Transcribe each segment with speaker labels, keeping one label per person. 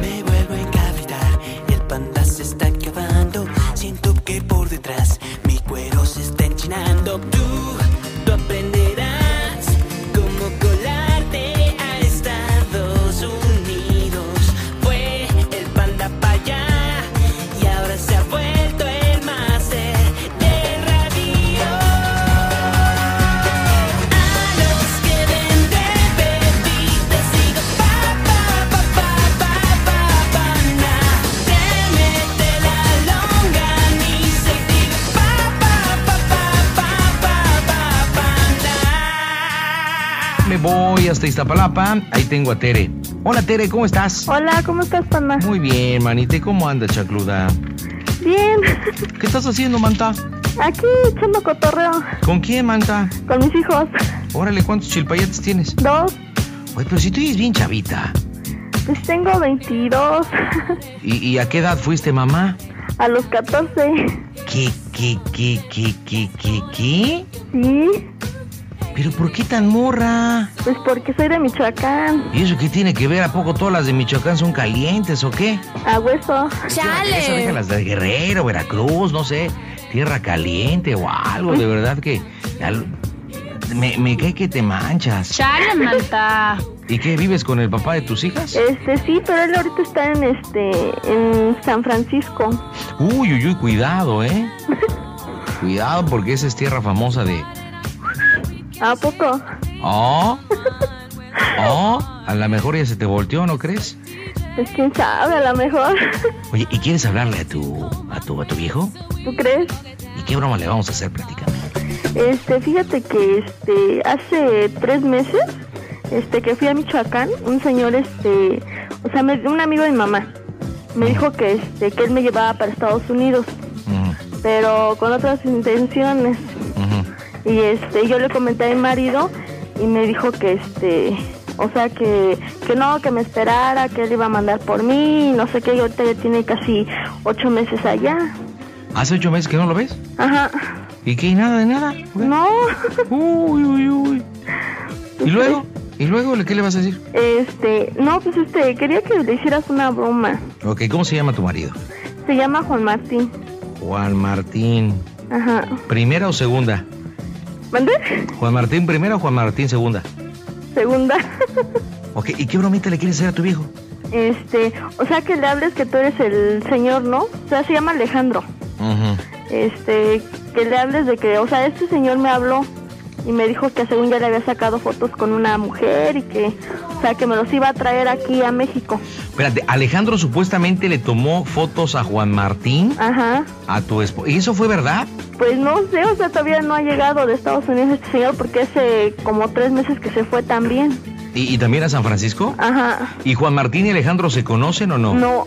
Speaker 1: Me vuelvo a encabritar, el panda se está acabando. Siento que por detrás mi cuero se está enchinando. Tú, tú aprenderás cómo colarte a Estados Unidos. Fue el panda para allá y ahora se ha vuelto el máster de radio. A los que venden bebidas sigo pa pa pa pa pa pa pa na. Te mete la longaniza y digo pa pa pa pa pa pa pa pa na.
Speaker 2: Me voy hasta Iztapalapa. Ahí tengo a Tere. Hola, Tere, ¿cómo estás?
Speaker 3: Hola, ¿cómo estás, panda?
Speaker 2: Muy bien, manita. ¿Y ¿Cómo andas, chacluda?
Speaker 3: Bien.
Speaker 2: ¿Qué estás haciendo, manta?
Speaker 3: Aquí echando cotorreo
Speaker 2: ¿Con quién, manta?
Speaker 3: con mis hijos.
Speaker 2: Órale, ¿cuántos chilpayates tienes?
Speaker 3: Dos.
Speaker 2: Oye, pero si tú eres bien chavita.
Speaker 3: Pues tengo 22.
Speaker 2: ¿Y, y a qué edad fuiste mamá?
Speaker 3: A los 14.
Speaker 2: ¿Qué, qué, qué, qué, qué, qué, qué?
Speaker 3: Sí.
Speaker 2: ¿Pero por qué tan morra?
Speaker 3: Pues porque soy de Michoacán.
Speaker 2: ¿Y eso qué tiene que ver? ¿A poco todas las de Michoacán son calientes o qué?
Speaker 3: A hueso.
Speaker 2: Eso
Speaker 4: ¡Chale!
Speaker 2: déjalas de Guerrero, Veracruz, no sé, tierra caliente o algo, de verdad que al- me, me cae que te manchas.
Speaker 4: ¡Chale, Manta!
Speaker 2: ¿Y qué vives con el papá de tus hijas?
Speaker 3: Este, sí, pero él ahorita está en este. en San Francisco.
Speaker 2: Uy, uy, uy, cuidado, ¿eh? Cuidado porque esa es tierra famosa de
Speaker 3: ¿A poco?
Speaker 2: oh, oh, a lo mejor ya se te volteó, ¿no crees?
Speaker 3: Pues quién sabe, a lo mejor.
Speaker 2: Oye, ¿y quieres hablarle a tu a tu a tu viejo?
Speaker 3: ¿Tú crees?
Speaker 2: ¿Y qué broma le vamos a hacer prácticamente?
Speaker 3: Este, fíjate que este, hace tres meses, este, que fui a Michoacán, un señor, este, o sea, me- un amigo de mi mamá, me dijo que este, que él me llevaba para Estados Unidos,
Speaker 2: Ujú,
Speaker 3: pero con otras intenciones.
Speaker 2: ujú.
Speaker 3: Y este, yo le comenté a mi marido y me dijo que este, o sea, que, que no, que me esperara, que él iba a mandar por mí, y no sé qué, y ahorita ya tiene casi ocho meses allá.
Speaker 2: ¿Hace ocho meses que no lo ves?
Speaker 3: Ajá,
Speaker 2: ¿Y qué? ¿Nada de nada?
Speaker 3: no.
Speaker 2: Uy, uy, uy. ¿Y luego? ¿Y luego le- qué le vas a decir?
Speaker 3: Este, no, pues este, quería que le hicieras una broma.
Speaker 2: Ok, ¿cómo se llama tu marido?
Speaker 3: Se llama Juan Martín.
Speaker 2: Juan Martín.
Speaker 3: Ajá.
Speaker 2: ¿Primera o segunda?
Speaker 3: ¿Mandé?
Speaker 2: Juan Martín primera o Juan Martín segunda.
Speaker 3: Segunda.
Speaker 2: Ok, ¿y qué bromita le quieres hacer a tu viejo?
Speaker 3: Este, o sea que le hables que tú eres el señor, ¿no? O sea, se llama Alejandro.
Speaker 2: Ujú.
Speaker 3: Este, que le hables de que, o sea, este señor me habló y me dijo que según ya le había sacado fotos con una mujer y que, o sea, que me los iba a traer aquí a México.
Speaker 2: Espérate, Alejandro supuestamente le tomó fotos a Juan Martín,
Speaker 3: Ajá.
Speaker 2: a tu esposo. ¿Y eso fue verdad?
Speaker 3: Pues no sé, o sea, todavía no ha llegado de Estados Unidos este señor porque hace como tres meses que se fue también.
Speaker 2: ¿Y, y también a San Francisco?
Speaker 3: Ajá.
Speaker 2: ¿Y Juan Martín y Alejandro se conocen o no?
Speaker 3: No.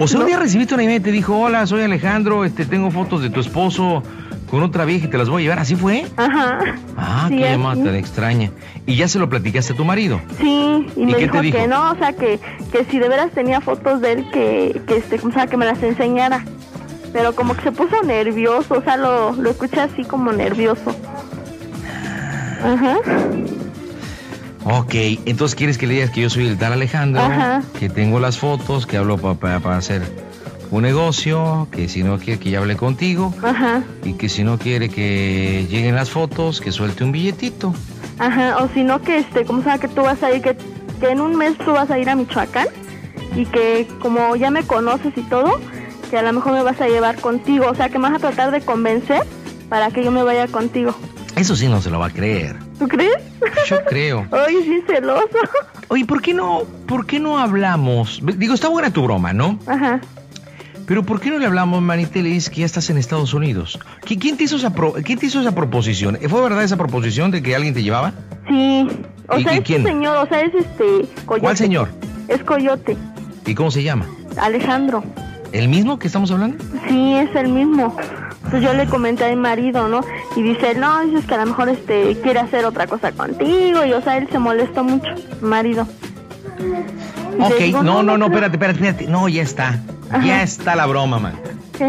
Speaker 2: O sea, un día recibiste una email y te dijo, hola, soy Alejandro, este, tengo fotos de tu esposo con otra vieja y te las voy a llevar. ¿Así fue?
Speaker 3: Ajá.
Speaker 2: Ah,
Speaker 3: Sí,
Speaker 2: qué
Speaker 3: así.
Speaker 2: llamada tan extraña. ¿Y ya se lo platicaste a tu marido?
Speaker 3: Sí, y,
Speaker 2: ¿Y
Speaker 3: me
Speaker 2: qué
Speaker 3: dijo,
Speaker 2: te dijo?
Speaker 3: que no, o sea, que, que si de veras tenía fotos de él, que, que, este, o sea, que me las enseñara. Pero como que se puso nervioso, o sea, lo, lo escuché así como nervioso. Ajá.
Speaker 2: Ok, entonces quieres que le digas que yo soy el tal Alejandro,
Speaker 3: Ajá.
Speaker 2: que tengo las fotos, que hablo pa- pa- para hacer un negocio, que si no quiere que ya hable contigo
Speaker 3: Ajá,
Speaker 2: y que si no quiere que lleguen las fotos, que suelte un billetito.
Speaker 3: ajá, o si no que este, como sea que tú vas a ir, que, que en un mes tú vas a ir a Michoacán y que como ya me conoces y todo, que a lo mejor me vas a llevar contigo, o sea que me vas a tratar de convencer para que yo me vaya contigo.
Speaker 2: Eso sí no se lo va a creer.
Speaker 3: ¿Tú crees?
Speaker 2: Yo creo.
Speaker 3: Ay, sí, celoso.
Speaker 2: Oye, ¿por qué no, por qué no hablamos? Digo, está buena tu broma, ¿no?
Speaker 3: Ajá.
Speaker 2: Pero ¿por qué no le hablamos, Manita, y le dices que ya estás en Estados Unidos? ¿Qui- ¿Quién te hizo esa, pro- quién te hizo esa proposición? ¿Fue verdad esa proposición de que alguien te llevaba?
Speaker 3: Sí. O
Speaker 2: ¿Y-
Speaker 3: sea,
Speaker 2: y
Speaker 3: es
Speaker 2: quién?
Speaker 3: señor, o sea, es este coyote.
Speaker 2: ¿Cuál señor?
Speaker 3: Es coyote,
Speaker 2: ¿Y cómo se llama?
Speaker 3: Alejandro.
Speaker 2: ¿El mismo que estamos hablando?
Speaker 3: Sí, es el mismo. Entonces yo le comenté a mi marido, ¿no? Y dice, no, es que a lo mejor este quiere hacer otra cosa contigo. Y o sea, él se molestó mucho, mi marido. Y le
Speaker 2: Ok,
Speaker 3: digo,
Speaker 2: no, no, no,
Speaker 3: creo".
Speaker 2: espérate, espérate, espérate. No, ya está. Ya
Speaker 3: Ajá.
Speaker 2: está la broma, man.
Speaker 3: Sí.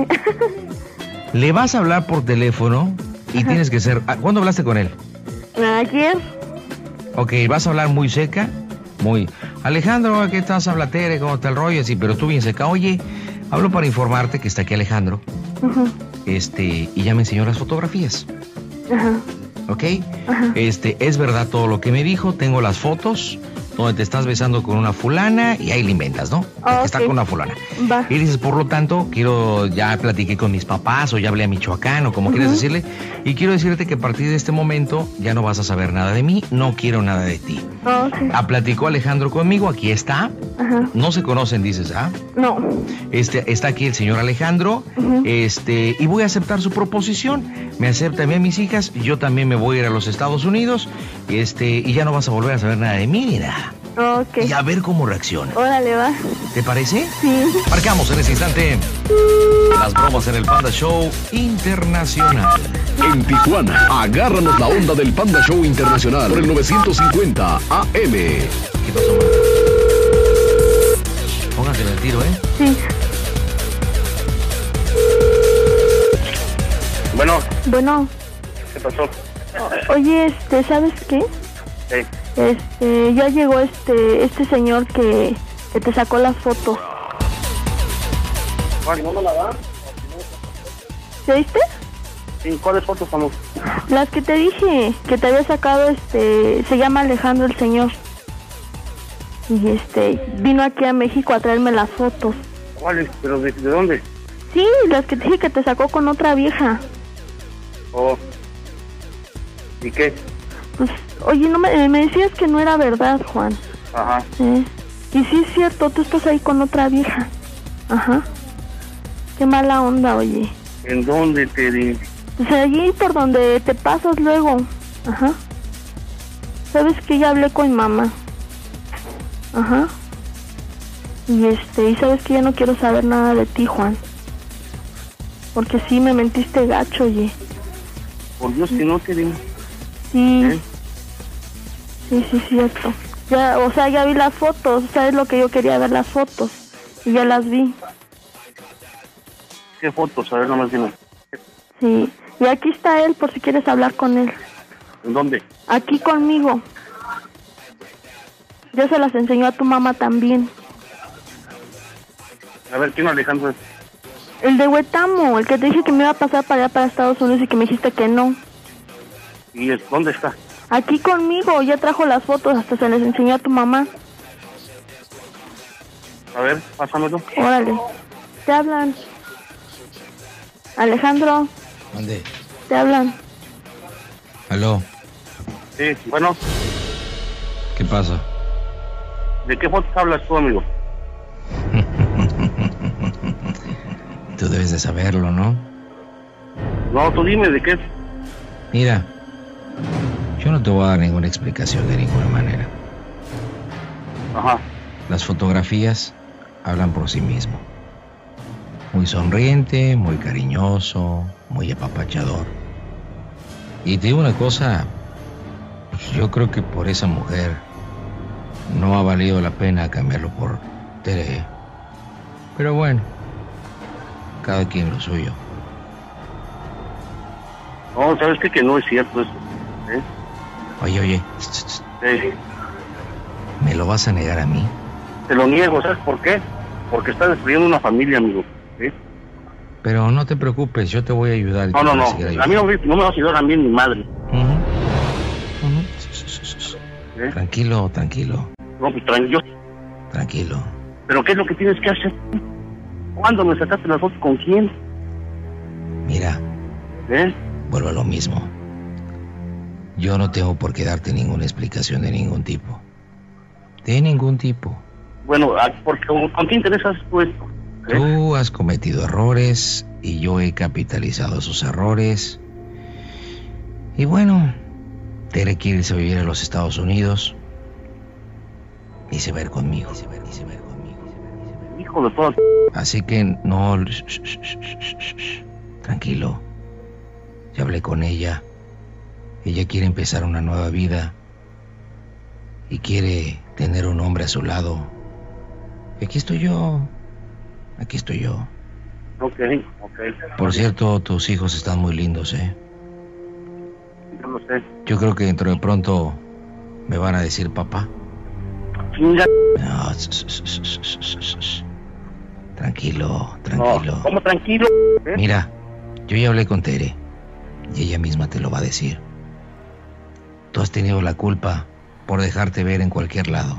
Speaker 2: Le vas a hablar por teléfono y tienes que ser. ah, ¿Cuándo hablaste con él?
Speaker 3: Ayer,
Speaker 2: Ok, vas a hablar muy seca, muy. Alejandro, aquí está Sablatere, ¿cómo está el rollo? Sí, pero tú bien seca. Oye, hablo para informarte que está aquí Alejandro.
Speaker 3: Ujú,
Speaker 2: Este, y ya me enseñó las fotografías.
Speaker 3: ajá.
Speaker 2: ¿ok? Este, es verdad todo lo que me dijo, tengo las fotos donde te estás besando con una fulana y ahí le inventas, ¿no?
Speaker 3: Ah,
Speaker 2: Que Está
Speaker 3: ok.
Speaker 2: con una fulana.
Speaker 3: Va.
Speaker 2: Y dices, por lo tanto, quiero, ya platiqué con mis papás o ya hablé a Michoacán o como quieras
Speaker 3: Ujú.
Speaker 2: decirle, y quiero decirte que a partir de este momento ya no vas a saber nada de mí, no quiero nada de ti.
Speaker 3: Oh, sí.
Speaker 2: Ah, platicó Alejandro conmigo, aquí está,
Speaker 3: Ajá.
Speaker 2: no se conocen, dices, ¿ah?
Speaker 3: No.
Speaker 2: Este, está aquí el señor Alejandro,
Speaker 3: Ujú.
Speaker 2: este, y voy a aceptar su proposición. Me acepta a mí y a mis hijas, yo también me voy a ir a los Estados Unidos, este, y ya no vas a volver a saber nada de mí ni nada.
Speaker 3: Ok.
Speaker 2: Y a ver cómo reacciona.
Speaker 3: Órale, va.
Speaker 2: ¿Te parece?
Speaker 3: Oh. Sí.
Speaker 2: Marcamos en este instante las bromas en el Panda Show Internacional.
Speaker 4: En Tijuana, agárranos la onda del Panda Show Internacional por el 950 AM.
Speaker 2: ¿Qué pasó, Marta? Póngase en el tiro, ¿eh?
Speaker 3: Sí.
Speaker 5: Bueno,
Speaker 3: Bueno,
Speaker 5: ¿qué pasó?
Speaker 3: oye, este, ¿sabes qué?
Speaker 5: Ey,
Speaker 3: Este, ya llegó este, este señor que, que te sacó las fotos.
Speaker 5: ¿cuál- no me la dan?
Speaker 3: ¿Te viste?
Speaker 5: Sí, ¿Cuáles fotos, amor?
Speaker 3: Las que te dije, que te había sacado, este, se llama Alejandro el señor. Y este, vino aquí a México a traerme las fotos.
Speaker 5: ¿Cuáles? ¿Pero de, de dónde?
Speaker 3: Sí, las que te dije que te sacó con otra vieja.
Speaker 5: Oh. ¿Y qué?
Speaker 3: Pues, oye, no me, me decías que no era verdad, Juan.
Speaker 5: Ajá.
Speaker 3: ¿eh? Y sí es cierto, tú estás ahí con otra vieja. Ajá. Qué mala onda, oye.
Speaker 5: ¿En dónde te di?
Speaker 3: Pues allí por donde te pasas luego. Ajá. Sabes que ya hablé con mamá. Ajá. Y este, y sabes que ya no quiero saber nada de ti, Juan. Porque sí me mentiste gacho, oye.
Speaker 5: Por Dios que no te di.
Speaker 3: Sí.
Speaker 5: ¿Eh?
Speaker 3: Sí, sí, cierto. Ya, o sea, ya vi las fotos, sabes lo que yo quería ver las fotos. Y ya las vi.
Speaker 5: ¿Qué fotos? A ver, nomás dime.
Speaker 3: Sí. Y aquí está él por si quieres hablar con él.
Speaker 5: ¿En dónde?
Speaker 3: Aquí conmigo. Yo se las enseñó a tu mamá también.
Speaker 5: A ver, ¿quién Alejandro es?
Speaker 3: El de Huetamo, el que te dije que me iba a pasar para allá para Estados Unidos y que me dijiste que no.
Speaker 5: ¿Y es, dónde está?
Speaker 3: Aquí conmigo, ya trajo las fotos, hasta se les enseñó a tu mamá.
Speaker 5: A ver, pásamelo.
Speaker 3: Órale. Te hablan. Alejandro,
Speaker 2: Mande.
Speaker 3: te hablan.
Speaker 2: Aló,
Speaker 5: Sí, bueno,
Speaker 2: ¿qué pasa?
Speaker 5: ¿de qué fotos hablas tú, amigo?
Speaker 2: Tú debes de saberlo, ¿no?
Speaker 5: No, tú dime, ¿de qué es?
Speaker 2: Mira, yo no te voy a dar ninguna explicación de ninguna manera.
Speaker 5: Ajá.
Speaker 2: Las fotografías hablan por sí mismo. Muy sonriente, muy cariñoso, muy apapachador. Y te digo una cosa, pues yo creo que por esa mujer no ha valido la pena cambiarlo por Tere. Pero bueno, cada quien lo suyo.
Speaker 5: No, ¿sabes qué? Que no es cierto eso. ¿Eh?
Speaker 2: Oye, oye, tss, tss,
Speaker 5: Sí.
Speaker 2: ¿me lo vas a negar a mí?
Speaker 5: Te lo niego, ¿sabes por qué? Porque estás destruyendo una familia, amigo. ¿Sí?
Speaker 2: Pero no te preocupes, yo te voy a ayudar. y
Speaker 5: No,
Speaker 2: te
Speaker 5: no,
Speaker 2: voy a
Speaker 5: no.
Speaker 2: seguir
Speaker 5: A mí
Speaker 2: ayudando.
Speaker 5: no, me- no me va a ayudar a mí ni madre.
Speaker 2: Ujú. Ujú. Sh- sh- sh-
Speaker 5: ¿eh?
Speaker 2: sh. Tranquilo, tranquilo,
Speaker 5: No, pues tranquilo.
Speaker 2: tranquilo.
Speaker 5: ¿Pero qué es lo que tienes que hacer? ¿Cuándo me sacaste las fotos? ¿Con quién?
Speaker 2: Mira,
Speaker 5: ¿Eh?
Speaker 2: vuelvo a lo mismo. Yo no tengo por qué darte ninguna explicación de ningún tipo. De ningún tipo.
Speaker 5: Bueno, ah, porque ¿con con qué interesas tú esto? ¿Eh?
Speaker 2: Tú has cometido errores y yo he capitalizado esos errores. Y bueno, Tere quiere irse a vivir a los Estados Unidos y se va a ir conmigo.
Speaker 5: Hijo de todas.
Speaker 2: Así que no... sh- sh- sh- sh- sh- sh- sh. Tranquilo. Ya hablé con ella. Ella quiere empezar una nueva vida. Y quiere tener un hombre a su lado. Y aquí estoy yo. Aquí estoy yo.
Speaker 5: Ok, ok.
Speaker 2: Por cierto, tus hijos están muy lindos, ¿eh?
Speaker 5: Yo lo sé.
Speaker 2: Yo creo que dentro de pronto me van a decir papá.
Speaker 5: chinga.
Speaker 2: No, s- s- s- s- s- s- s- tranquilo,
Speaker 5: No,
Speaker 2: tranquilo.
Speaker 5: ¿cómo tranquilo? ¿Eh?
Speaker 2: Mira, yo ya hablé con Tere y ella misma te lo va a decir. Tú has tenido la culpa por dejarte ver en cualquier lado.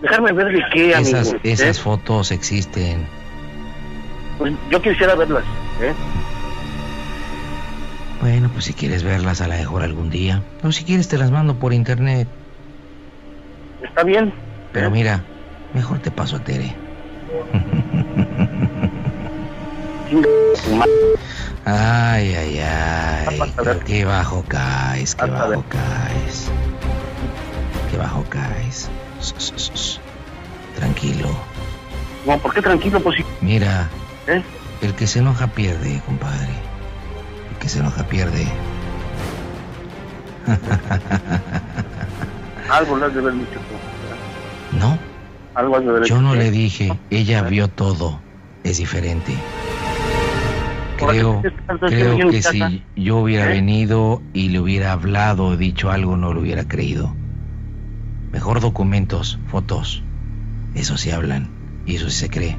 Speaker 5: Dejarme ver de qué, amigo.
Speaker 2: Esas,
Speaker 5: ¿eh?
Speaker 2: esas fotos existen.
Speaker 5: Pues yo quisiera verlas, ¿eh?
Speaker 2: Bueno, pues si quieres verlas a la mejor algún día. O si quieres te las mando por internet.
Speaker 5: ¿Está bien?
Speaker 2: Pero mira, mejor te paso a Tere.
Speaker 5: Chinga tu madre.
Speaker 2: Ay, ay, ay.
Speaker 5: Vamos a ver.
Speaker 2: pero Qué bajo caes, qué
Speaker 5: Vamos a
Speaker 2: bajo
Speaker 5: ver.
Speaker 2: caes. Qué bajo caes. S- s- s- s. Tranquilo.
Speaker 5: No, ¿por qué tranquilo? Pues sí,
Speaker 2: Mira,
Speaker 5: ¿eh?
Speaker 2: el que se enoja pierde, compadre. El que se enoja pierde.
Speaker 5: Algo le has de haber dicho tú. ¿eh?
Speaker 2: No,
Speaker 5: Algo has de haber
Speaker 2: yo no
Speaker 5: hecho,
Speaker 2: le
Speaker 5: ¿eh?
Speaker 2: dije. Ella vio todo. Es diferente. Creo,
Speaker 5: este
Speaker 2: creo que si yo hubiera venido y le hubiera hablado o dicho algo, no lo hubiera creído. Mejor documentos, fotos. Eso sí hablan y eso sí se cree.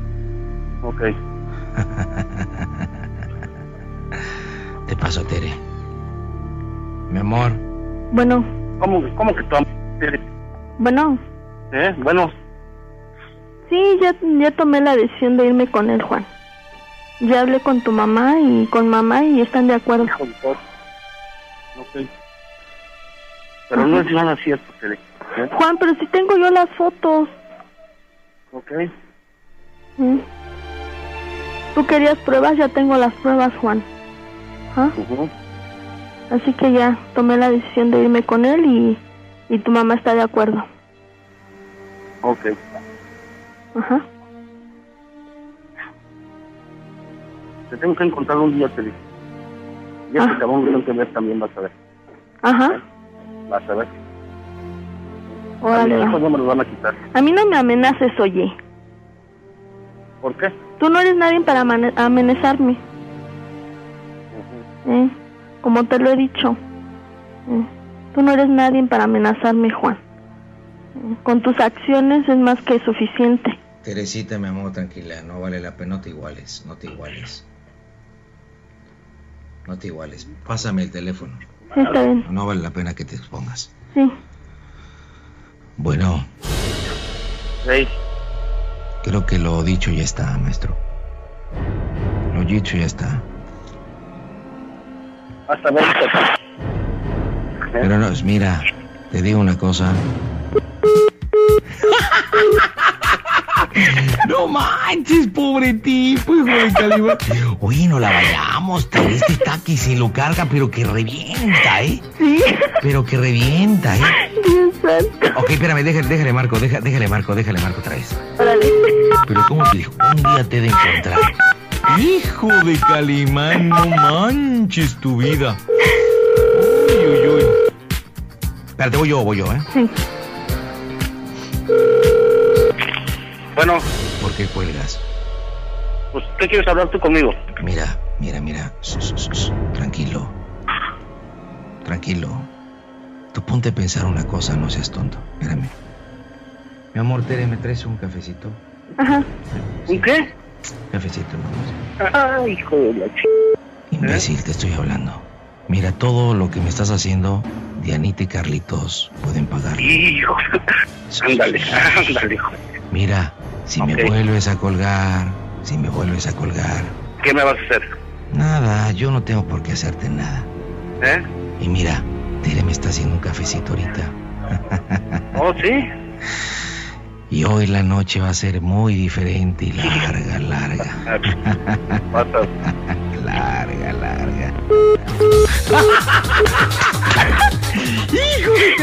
Speaker 5: Ok,
Speaker 2: Te paso, Tere. Mi amor,
Speaker 3: Bueno,
Speaker 5: ¿cómo, cómo que tú
Speaker 3: bueno,
Speaker 5: ¿Eh? Bueno,
Speaker 3: sí, ya, ya tomé la decisión de irme con él, Juan. Ya hablé con tu mamá y con mamá y están de acuerdo.
Speaker 5: hijo de todo. Ok. Pero no es nada cierto, Tere. ¿eh?
Speaker 3: Juan, pero si tengo yo las fotos.
Speaker 5: Ok.
Speaker 3: ¿Mm? Tú querías pruebas, ya tengo las pruebas, Juan. ¿Ah?
Speaker 5: ujú.
Speaker 3: Así que ya tomé la decisión de irme con él y, y tu mamá está de acuerdo.
Speaker 5: Ok.
Speaker 3: Ajá.
Speaker 5: Te tengo que encontrar un día, Tere. Y este
Speaker 3: Ah.
Speaker 5: cabrón lo tengo que ver también, vas a ver.
Speaker 3: Ajá.
Speaker 5: Vas a ver. A
Speaker 3: Órale.
Speaker 5: mis
Speaker 3: va.
Speaker 5: hijos no me los van a quitar.
Speaker 3: A mí no me amenaces, oye.
Speaker 5: ¿Por qué?
Speaker 3: Tú no eres nadie para amane- amenazarme. ¿eh? Como te lo he dicho. ¿eh? Tú no eres nadie para amenazarme, Juan. ¿eh? Con tus acciones es más que suficiente.
Speaker 2: Teresita, mi amor, tranquila, no vale la pena, no te iguales, no te iguales. No te iguales, pásame el teléfono,
Speaker 3: Sí, está bien.
Speaker 2: no vale la pena que te expongas.
Speaker 3: Sí.
Speaker 2: Bueno,
Speaker 5: Ey,
Speaker 2: Creo que lo dicho ya está, maestro. Lo dicho ya está.
Speaker 5: vas a ver.
Speaker 2: Pero no, mira, te digo una cosa. No manches, pobre tipo, hijo de Calibán. Oye, no la vayamos, tal vez que está que se lo carga, pero que revienta, ¿eh?
Speaker 3: Sí.
Speaker 2: Pero que revienta, ¿eh?
Speaker 3: Dios santo.
Speaker 2: Ok, espérame, déjale, déjale marco, deja- déjale marco, déjale marco otra vez.
Speaker 3: Órale.
Speaker 2: Pero ¿cómo te dijo? Un día te he de encontrar. Hijo de Calimán, no manches tu vida. Uy, uy, uy. Espérate, voy yo, voy yo, ¿eh?
Speaker 3: Sí.
Speaker 5: Bueno,
Speaker 2: ¿Por qué cuelgas?
Speaker 5: pues, ¿qué quieres hablar tú conmigo?
Speaker 2: Mira, mira, mira. Sus, sus, sus. Tranquilo. Tranquilo. Tú ponte a pensar una cosa, no seas tonto. Espérame. Mi amor, Tere, ¿me traes un cafecito?
Speaker 3: Ajá.
Speaker 5: ¿Un qué?
Speaker 2: Cafecito, vamos.
Speaker 5: Ay, hijo de la ch...
Speaker 2: Imbécil, te estoy hablando. Mira, todo lo que me estás haciendo, Dianita y Carlitos pueden pagarlo.
Speaker 5: Hijo. Ándale, ándale, hijo.
Speaker 2: Mira, si me
Speaker 5: Ok.
Speaker 2: vuelves a colgar, si me vuelves a colgar,
Speaker 5: ¿Qué me vas a hacer?
Speaker 2: nada, yo no tengo por qué hacerte nada.
Speaker 5: ¿Eh?
Speaker 2: Y mira, Tere me está haciendo un cafecito ahorita.
Speaker 5: ¿Oh, sí?
Speaker 2: Y hoy la noche va a ser muy diferente y larga, larga,
Speaker 5: Ah, Vas a
Speaker 2: larga, larga.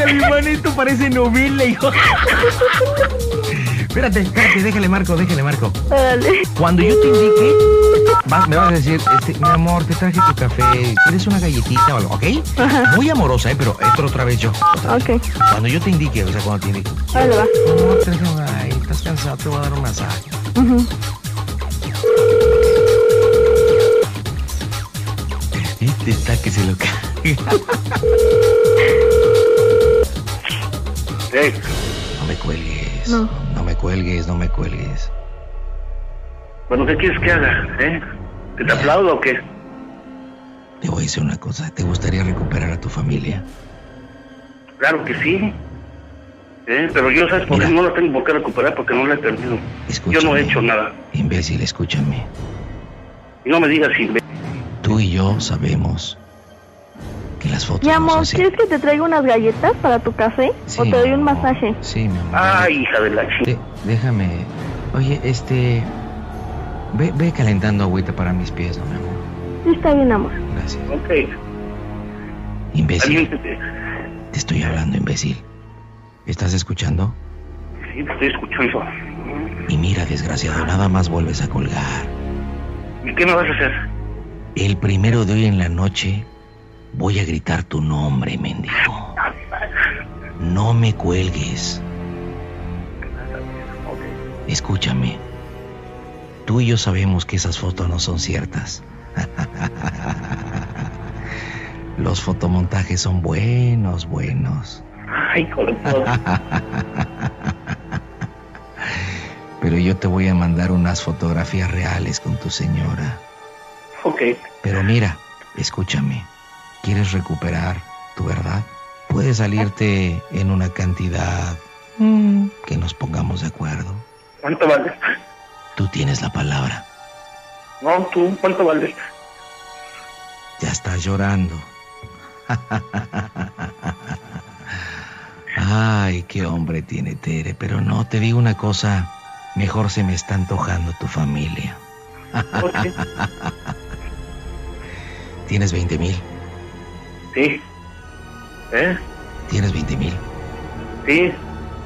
Speaker 6: Calimán, esto parece novela, hijo.
Speaker 2: Espérate, espérate, déjale marco, déjale marco.
Speaker 3: Órale.
Speaker 2: Cuando yo te indique, vas- me vas a decir, este, mi amor, te traje tu café, ¿quieres una galletita o algo? ¿Ok? Muy amorosa, ¿eh? Pero esto otra vez yo. otra vez.
Speaker 3: Ok.
Speaker 2: Cuando yo te indique, o sea, cuando te indique.
Speaker 3: Órale, va.
Speaker 2: Mi amor, te traje una- ay, estás cansado, te voy a dar un masaje.
Speaker 3: Ujú.
Speaker 2: Este está que se lo cae.
Speaker 5: Ey,
Speaker 2: A me cuelgues.
Speaker 3: No.
Speaker 2: no me cuelgues, no me cuelgues.
Speaker 5: Bueno, ¿qué quieres que haga? ¿Eh? ¿Que te aplaudo o qué?
Speaker 2: Te voy a decir una cosa, ¿te gustaría recuperar a tu familia?
Speaker 5: Claro que sí. ¿Eh? Pero yo, ¿sabes por qué
Speaker 2: Mira.
Speaker 5: no la tengo por qué recuperar? Porque no la he perdido.
Speaker 2: Escúchame.
Speaker 5: Yo no he hecho nada.
Speaker 2: Imbécil, escúchame.
Speaker 5: Y no me digas si...
Speaker 2: Tú y yo sabemos que las fotos
Speaker 3: Mi
Speaker 2: nos
Speaker 3: amor,
Speaker 2: hacen-
Speaker 3: ¿quieres que te traiga unas galletas para tu café?
Speaker 2: Sí,
Speaker 3: ¿O te doy un
Speaker 2: mi amor.
Speaker 3: masaje?
Speaker 2: Sí, mi amor.
Speaker 5: Ay, hija de la chingada.
Speaker 2: De- déjame. Oye, este. Ve, ve calentando agüita para mis pies, no, mi amor.
Speaker 3: Sí, está bien, amor.
Speaker 2: Gracias.
Speaker 5: Ok,
Speaker 2: Imbécil,
Speaker 5: caliéntete.
Speaker 2: te estoy hablando, imbécil. ¿Estás escuchando?
Speaker 5: Sí, te estoy escuchando.
Speaker 2: Y mira, desgraciado, nada más vuelves a colgar.
Speaker 5: ¿Y qué me vas a hacer?
Speaker 2: El primero de hoy en la noche voy a gritar tu nombre, mendigo. No me cuelgues. Escúchame. Tú y yo sabemos que esas fotos no son ciertas. Los fotomontajes son buenos, buenos.
Speaker 5: Ay, corazón.
Speaker 2: Pero yo te voy a mandar unas fotografías reales con tu señora.
Speaker 5: ok.
Speaker 2: Pero mira, escúchame, ¿quieres recuperar tu verdad? Puedes salirte en una cantidad que nos pongamos de acuerdo.
Speaker 5: ¿Cuánto vale?
Speaker 2: Tú tienes la palabra.
Speaker 5: No, tú, ¿cuánto vale?
Speaker 2: Ya estás llorando. Ay, qué hombre tiene Tere, pero no, te digo una cosa, mejor se me está antojando tu familia.
Speaker 5: Ok.
Speaker 2: ¿Tienes 20 mil?
Speaker 5: Sí. ¿Eh?
Speaker 2: ¿Tienes 20 mil?
Speaker 5: Sí.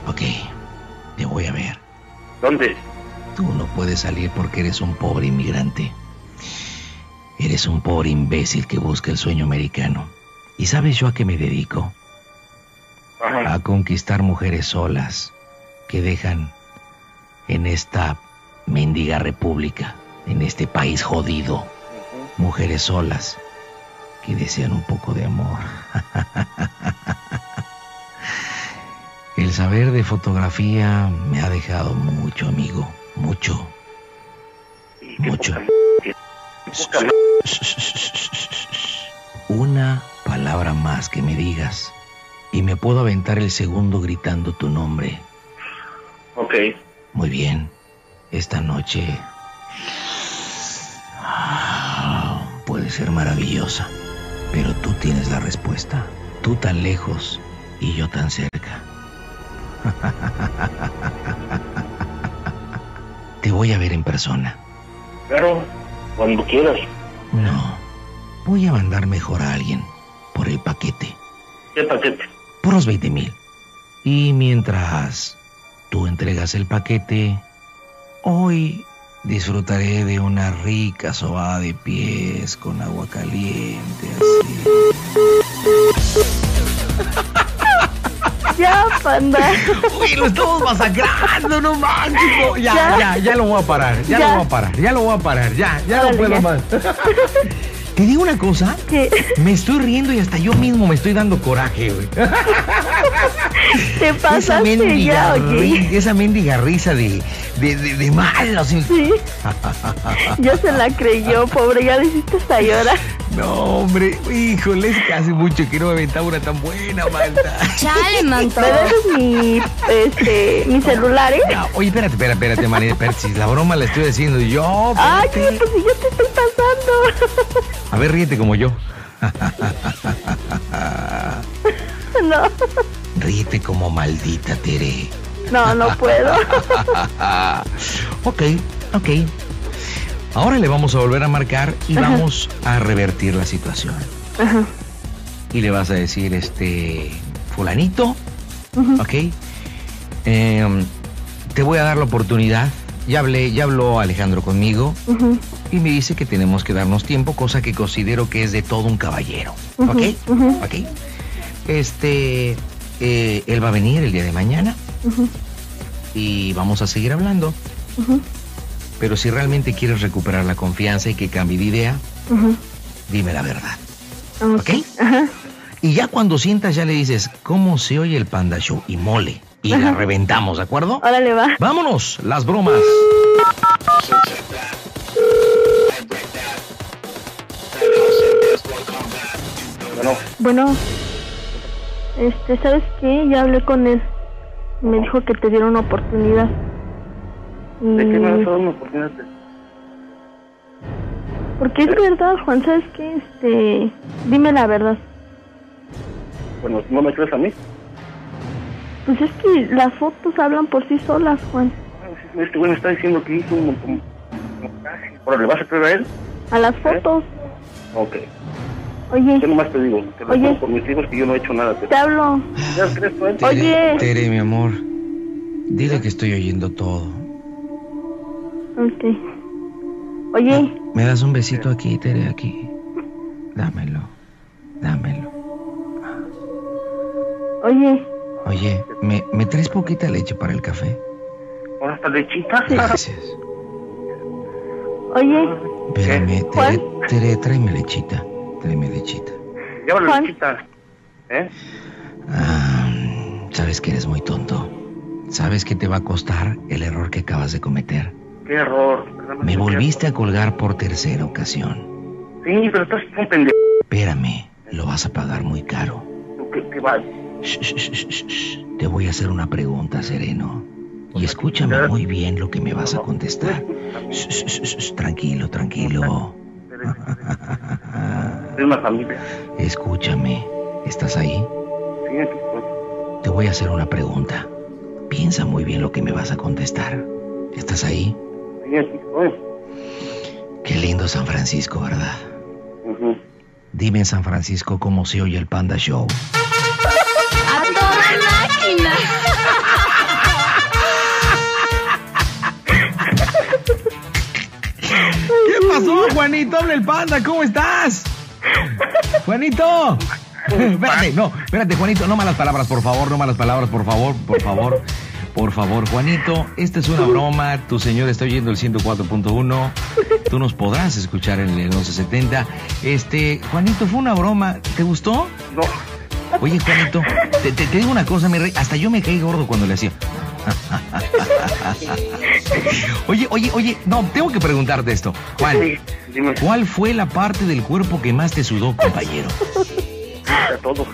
Speaker 2: Ok, te voy a ver.
Speaker 5: ¿Dónde?
Speaker 2: Tú no puedes salir porque eres un pobre inmigrante. Eres un pobre imbécil que busca el sueño americano. ¿Y sabes yo a qué me dedico?
Speaker 5: Ajá.
Speaker 2: A conquistar mujeres solas que dejan en esta mendiga república, en este país jodido, mujeres solas que desean un poco de amor. El saber de fotografía me ha dejado mucho, amigo, mucho.
Speaker 5: Y qué
Speaker 2: mucho.
Speaker 5: poca m- qué poca m-
Speaker 2: Una palabra más que me digas y me puedo aventar el segundo gritando tu nombre.
Speaker 5: Ok.
Speaker 2: Muy bien, esta noche ah, puede ser maravillosa, pero tú tienes la respuesta. Tú tan lejos y yo tan cerca. Te voy a ver en persona.
Speaker 5: Claro, cuando quieras.
Speaker 2: No, voy a mandar mejor a alguien por el paquete,
Speaker 5: ¿Qué paquete?
Speaker 2: por los 20 mil. Y mientras tú entregas el paquete, hoy disfrutaré de una rica sobada de pies con agua caliente, así.
Speaker 3: Ya, panda.
Speaker 6: Uy, lo estamos masacrando, no manches. no. Ya,
Speaker 3: Ya.
Speaker 6: ya, ya, lo voy a parar, ya,
Speaker 3: Ya.
Speaker 6: lo voy a parar, ya lo voy a parar, ya, ya
Speaker 3: Órale,
Speaker 6: no puedo
Speaker 3: ya.
Speaker 6: más. Te digo una cosa,
Speaker 3: que
Speaker 6: me estoy riendo y hasta yo mismo me estoy dando coraje, güey.
Speaker 3: te
Speaker 6: Esa
Speaker 3: pasaste ya,
Speaker 6: mendiga, ri-
Speaker 3: oye.
Speaker 6: esa mendiga risa de, de, de, de malos.
Speaker 3: Sí. Ya se la creyó, pobre, ya le hiciste hasta llorar.
Speaker 6: No, hombre, híjole, es que hace mucho que no me aventaba una tan buena, Malta.
Speaker 7: Chale, manto.
Speaker 3: ¿Me dejas mi, este, mi celular, eh?
Speaker 6: Ya, oye, espérate, espérate, espérate, María Persis, la broma la estoy haciendo yo.
Speaker 3: Ay,
Speaker 6: espérate.
Speaker 3: pues si yo te estoy pasando.
Speaker 6: A ver, ríete como yo.
Speaker 3: No,
Speaker 2: Ríete como maldita Tere.
Speaker 3: no, no puedo.
Speaker 2: Ok, ok. Ahora le vamos a volver a marcar y vamos a revertir la situación.
Speaker 3: Ajá.
Speaker 2: Y le vas a decir, este, fulanito,
Speaker 3: Ujú.
Speaker 2: ok, em, te voy a dar la oportunidad. Ya hablé, ya habló Alejandro conmigo
Speaker 3: Ujú,
Speaker 2: y me dice que tenemos que darnos tiempo, cosa que considero que es de todo un caballero,
Speaker 3: ujú,
Speaker 2: ok,
Speaker 3: ujú,
Speaker 2: ok. Este, eh, él va a venir el día de mañana
Speaker 3: ujú,
Speaker 2: y vamos a seguir hablando.
Speaker 3: ujú,
Speaker 2: Pero si realmente quieres recuperar la confianza y que cambie de idea,
Speaker 3: ujú.
Speaker 2: dime la verdad.
Speaker 3: Ok.
Speaker 2: ¿Ok?
Speaker 3: Ajá.
Speaker 2: Y ya cuando sientas, ya le dices, ¿cómo se oye el Panda Show? Y mole, y la reventamos, ¿de acuerdo?
Speaker 3: Órale, va.
Speaker 2: Vámonos, las bromas.
Speaker 5: Bueno,
Speaker 3: Bueno, este, ¿sabes qué? Ya hablé con él. Me dijo que te diera una oportunidad. Y...
Speaker 5: ¿de qué me vas a dar una oportunidad? de-
Speaker 3: Porque es verdad, Juan, ¿sabes qué? Este, dime la verdad.
Speaker 5: Bueno, ¿no me crees a mí?
Speaker 3: Pues es que las fotos hablan por sí solas, Juan.
Speaker 5: Este güey me está diciendo que hizo un montón. Ahora, ¿le vas a creer a él?
Speaker 3: A
Speaker 5: ¿Eh?
Speaker 3: las fotos.
Speaker 5: Ok. Yo
Speaker 3: Oye,
Speaker 5: nomás te digo, te lo
Speaker 3: Oye.
Speaker 5: juro por mis hijos que yo no he hecho nada. ¿Te
Speaker 3: te hablo.
Speaker 5: ¿Ya crees tú a él?
Speaker 2: Tere,
Speaker 3: Oye.
Speaker 2: Tere, mi amor. Dile que estoy oyendo todo.
Speaker 3: Ok. Oye,
Speaker 2: ¿Me das un besito aquí, Tere, aquí? Dámelo. Dámelo.
Speaker 3: oye,
Speaker 2: Oye, ¿me, me traes poquita leche para el café?
Speaker 5: Ahora hasta lechita.
Speaker 2: Gracias.
Speaker 3: oye,
Speaker 2: Espérame, Tere,
Speaker 3: Juan.
Speaker 2: Tere, tráeme lechita. Tráeme lechita.
Speaker 5: Llévalo
Speaker 3: Juan.
Speaker 5: lechita. ¿Eh?
Speaker 2: Ah, sabes que eres muy tonto. Sabes que te va a costar el error que acabas de cometer.
Speaker 5: Qué error.
Speaker 2: Me volviste a colgar por tercera ocasión.
Speaker 5: Sí, pero estás un pendejo.
Speaker 2: Espérame, lo vas a pagar muy caro.
Speaker 5: ¿Qué, qué va?
Speaker 2: Shh, shh, shh, shh, shh. Te voy a hacer una pregunta, Sereno. Y escúchame muy bien lo que me vas a contestar. Shh, shh, shh, shh, Tranquilo, tranquilo.
Speaker 5: Es una familia.
Speaker 2: Escúchame. ¿Estás ahí?
Speaker 5: Sí, aquí estoy.
Speaker 2: Te voy a hacer una pregunta. Piensa muy bien lo que me vas a contestar. ¿Estás ahí?
Speaker 5: Sí, aquí estoy.
Speaker 2: Qué lindo San Francisco, ¿verdad?
Speaker 5: Ujú.
Speaker 2: Dime en San Francisco cómo se oye el Panda Show.
Speaker 6: ¿Qué pasó, Juanito? Habla el panda, ¿cómo estás? Juanito. Espérate, no, espérate, Juanito, no malas palabras, por favor, no malas palabras, por favor, por favor, por favor, Juanito, esta es una broma, tu señor está oyendo el 104.1, tú nos podrás escuchar en el 1170. Este, Juanito, fue una broma, ¿te gustó?
Speaker 5: No,
Speaker 2: Oye, Juanito, te, te- te digo una cosa, mi rey, hasta yo me caí gordo cuando le hacía. oye, oye, oye, no, tengo que preguntarte esto. Juan,
Speaker 5: sí, dime,
Speaker 2: ¿cuál fue la parte del cuerpo que más te sudó, compañero?
Speaker 5: a todo,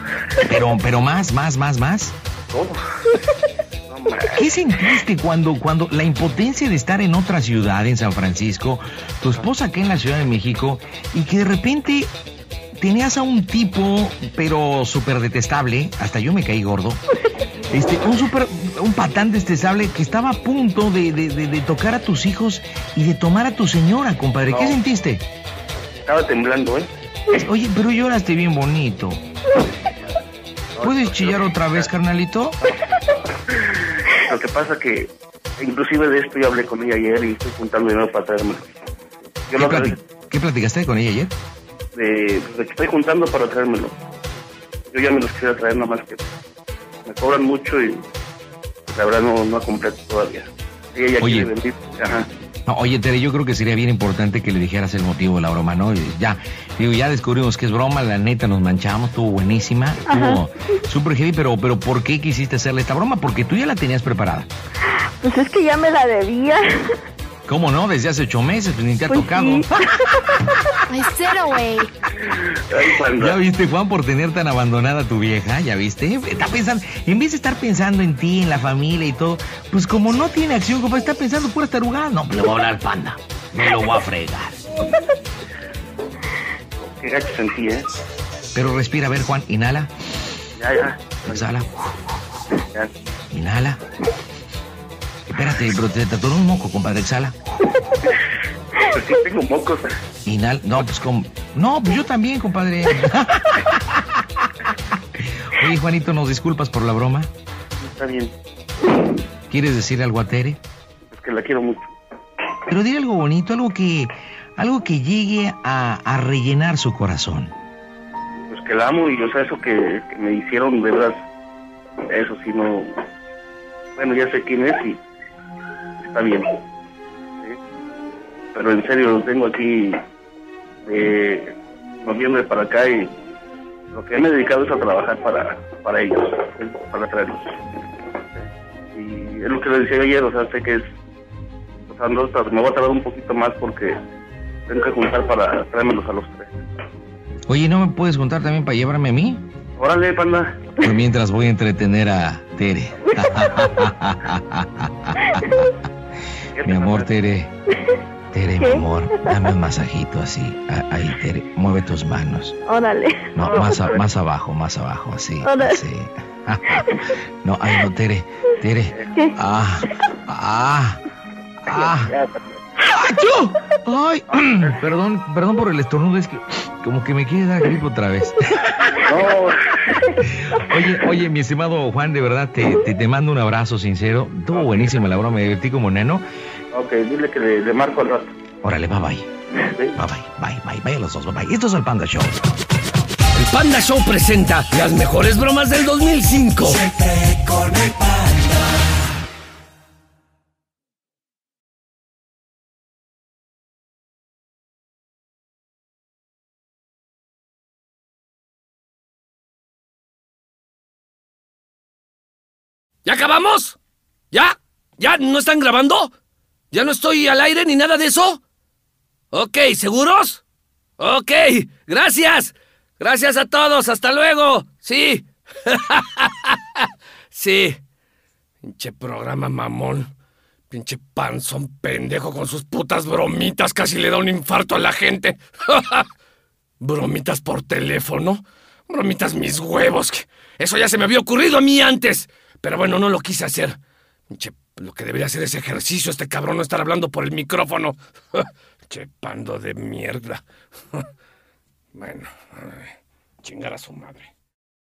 Speaker 2: Pero, pero más, más, más, más.
Speaker 5: todo. No, ma-
Speaker 2: ¿Qué sentiste cuando, cuando la impotencia de estar en otra ciudad, en San Francisco, tu esposa acá en la Ciudad de México, y que de repente tenías a un tipo, pero súper detestable, hasta yo me caí gordo, este, un super, un patán detestable que estaba a punto de, de- de- de tocar a tus hijos y de tomar a tu señora, compadre. ¿Qué
Speaker 5: No.
Speaker 2: sentiste?
Speaker 5: estaba temblando, ¿eh?
Speaker 2: Oye, pero lloraste bien bonito. ¿Puedes chillar otra vez, carnalito?
Speaker 5: Lo que pasa que, inclusive de esto yo hablé con ella ayer y estoy juntando dinero para traérmelo. Yo
Speaker 2: ¿Qué,
Speaker 5: lo hablé
Speaker 2: plati- ¿Qué platicaste con ella ayer?
Speaker 5: de, de que estoy juntando para traérmelo. Yo ya me los quiero traer, nada más que me cobran mucho y pues, la verdad no, no ha comprado todavía. Ella ya
Speaker 2: Oye.
Speaker 5: quiere vender. Ajá.
Speaker 2: No, oye, Tere, yo creo que sería bien importante que le dijeras el motivo de la broma, ¿no? Y Ya, digo, ya descubrimos que es broma, la neta, nos manchamos, estuvo buenísima, estuvo súper heavy, pero, pero ¿por qué quisiste hacerle esta broma? Porque tú ya la tenías preparada.
Speaker 3: pues es que ya me la debía.
Speaker 2: ¿Cómo no? Desde hace ocho meses, pues ni te ha
Speaker 3: Pues
Speaker 2: tocado.
Speaker 3: sí.
Speaker 7: I said away.
Speaker 5: Ay, cuando-
Speaker 2: ¿Ya viste, Juan, por tener tan abandonada a tu vieja? ¿Ya viste? Está pensando, en vez de estar pensando en ti, en la familia y todo, pues como no tiene acción, compadre, está pensando pura tarugadas. No, pues le voy a hablar al panda, me lo voy a fregar.
Speaker 5: Qué gacho sentí, ¿eh?
Speaker 2: Pero respira, a ver, Juan, inhala,
Speaker 5: Ya, ya,
Speaker 2: exhala.
Speaker 5: ya.
Speaker 2: Inhala. Espérate, pero te te atoró un moco, compadre. Exhala.
Speaker 5: Pero sí tengo mocos.
Speaker 2: Inhala. No, pues como. No, pues yo también, compadre. Oye, Juanito, nos disculpas por la broma.
Speaker 5: Está bien.
Speaker 2: ¿Quieres decir algo a Tere?
Speaker 5: Es que la quiero mucho.
Speaker 2: Pero dile algo bonito, algo que. Algo que llegue a, a rellenar su corazón.
Speaker 5: Pues que la amo y o sea, eso que, que me hicieron, de verdad, eso sí no... Bueno, ya sé quién es y está bien. ¿sí? Pero en serio, lo tengo aquí de noviembre para acá y lo que me he dedicado es a trabajar para, para ellos, ¿sí? para traerlos. es lo que le decía ayer, o sea, sé que es. O sea, no, me voy a tardar un poquito más porque tengo que juntar para traérmelos a los tres.
Speaker 2: Oye, ¿no me puedes contar también para llevarme a mí?
Speaker 5: Órale, panda.
Speaker 2: Por mientras voy a entretener a Tere. mi amor, Tere. Tere, mi
Speaker 3: ¿Qué?
Speaker 2: amor, dame un masajito así. A- Ahí, Tere, mueve tus manos.
Speaker 3: Órale.
Speaker 2: No, más, a- más abajo, más abajo, así.
Speaker 3: Ahora-
Speaker 2: así. no, ay, no, Tere, Tere.
Speaker 3: ¿Qué?
Speaker 2: Ah, ah, ah.
Speaker 5: Ya, panda.
Speaker 2: ¡Achú! Ay, perdón, perdón por el estornudo, es que como que me quiere dar gripe otra vez.
Speaker 5: No,
Speaker 2: Oye, oye, mi estimado Juan, de verdad te, te, te mando un abrazo sincero. Estuvo buenísima la broma, me divertí como nano.
Speaker 5: ok, dile que le, le marco al rato.
Speaker 2: Órale, bye bye.
Speaker 5: ¿sí?
Speaker 2: Bye bye, bye bye, bye a los dos, bye bye. Esto es el Panda Show.
Speaker 8: El Panda Show presenta las mejores bromas del 2005. ¿Ya acabamos? ¿Ya? ¿Ya no están grabando? ¿Ya no estoy al aire ni nada de eso? Ok, ¿seguros? Ok, gracias. Gracias a todos, hasta luego. Sí. sí. Pinche programa mamón. Pinche panzón pendejo con sus putas bromitas. Casi le da un infarto a la gente. bromitas por teléfono. Bromitas mis huevos. que Eso ya se me había ocurrido a mí antes. Pero bueno, no lo quise hacer. Pinche, lo que debería hacer es ejercicio. Este cabrón no estar hablando por el micrófono. che pando de mierda. bueno, a ver, chingar a su madre.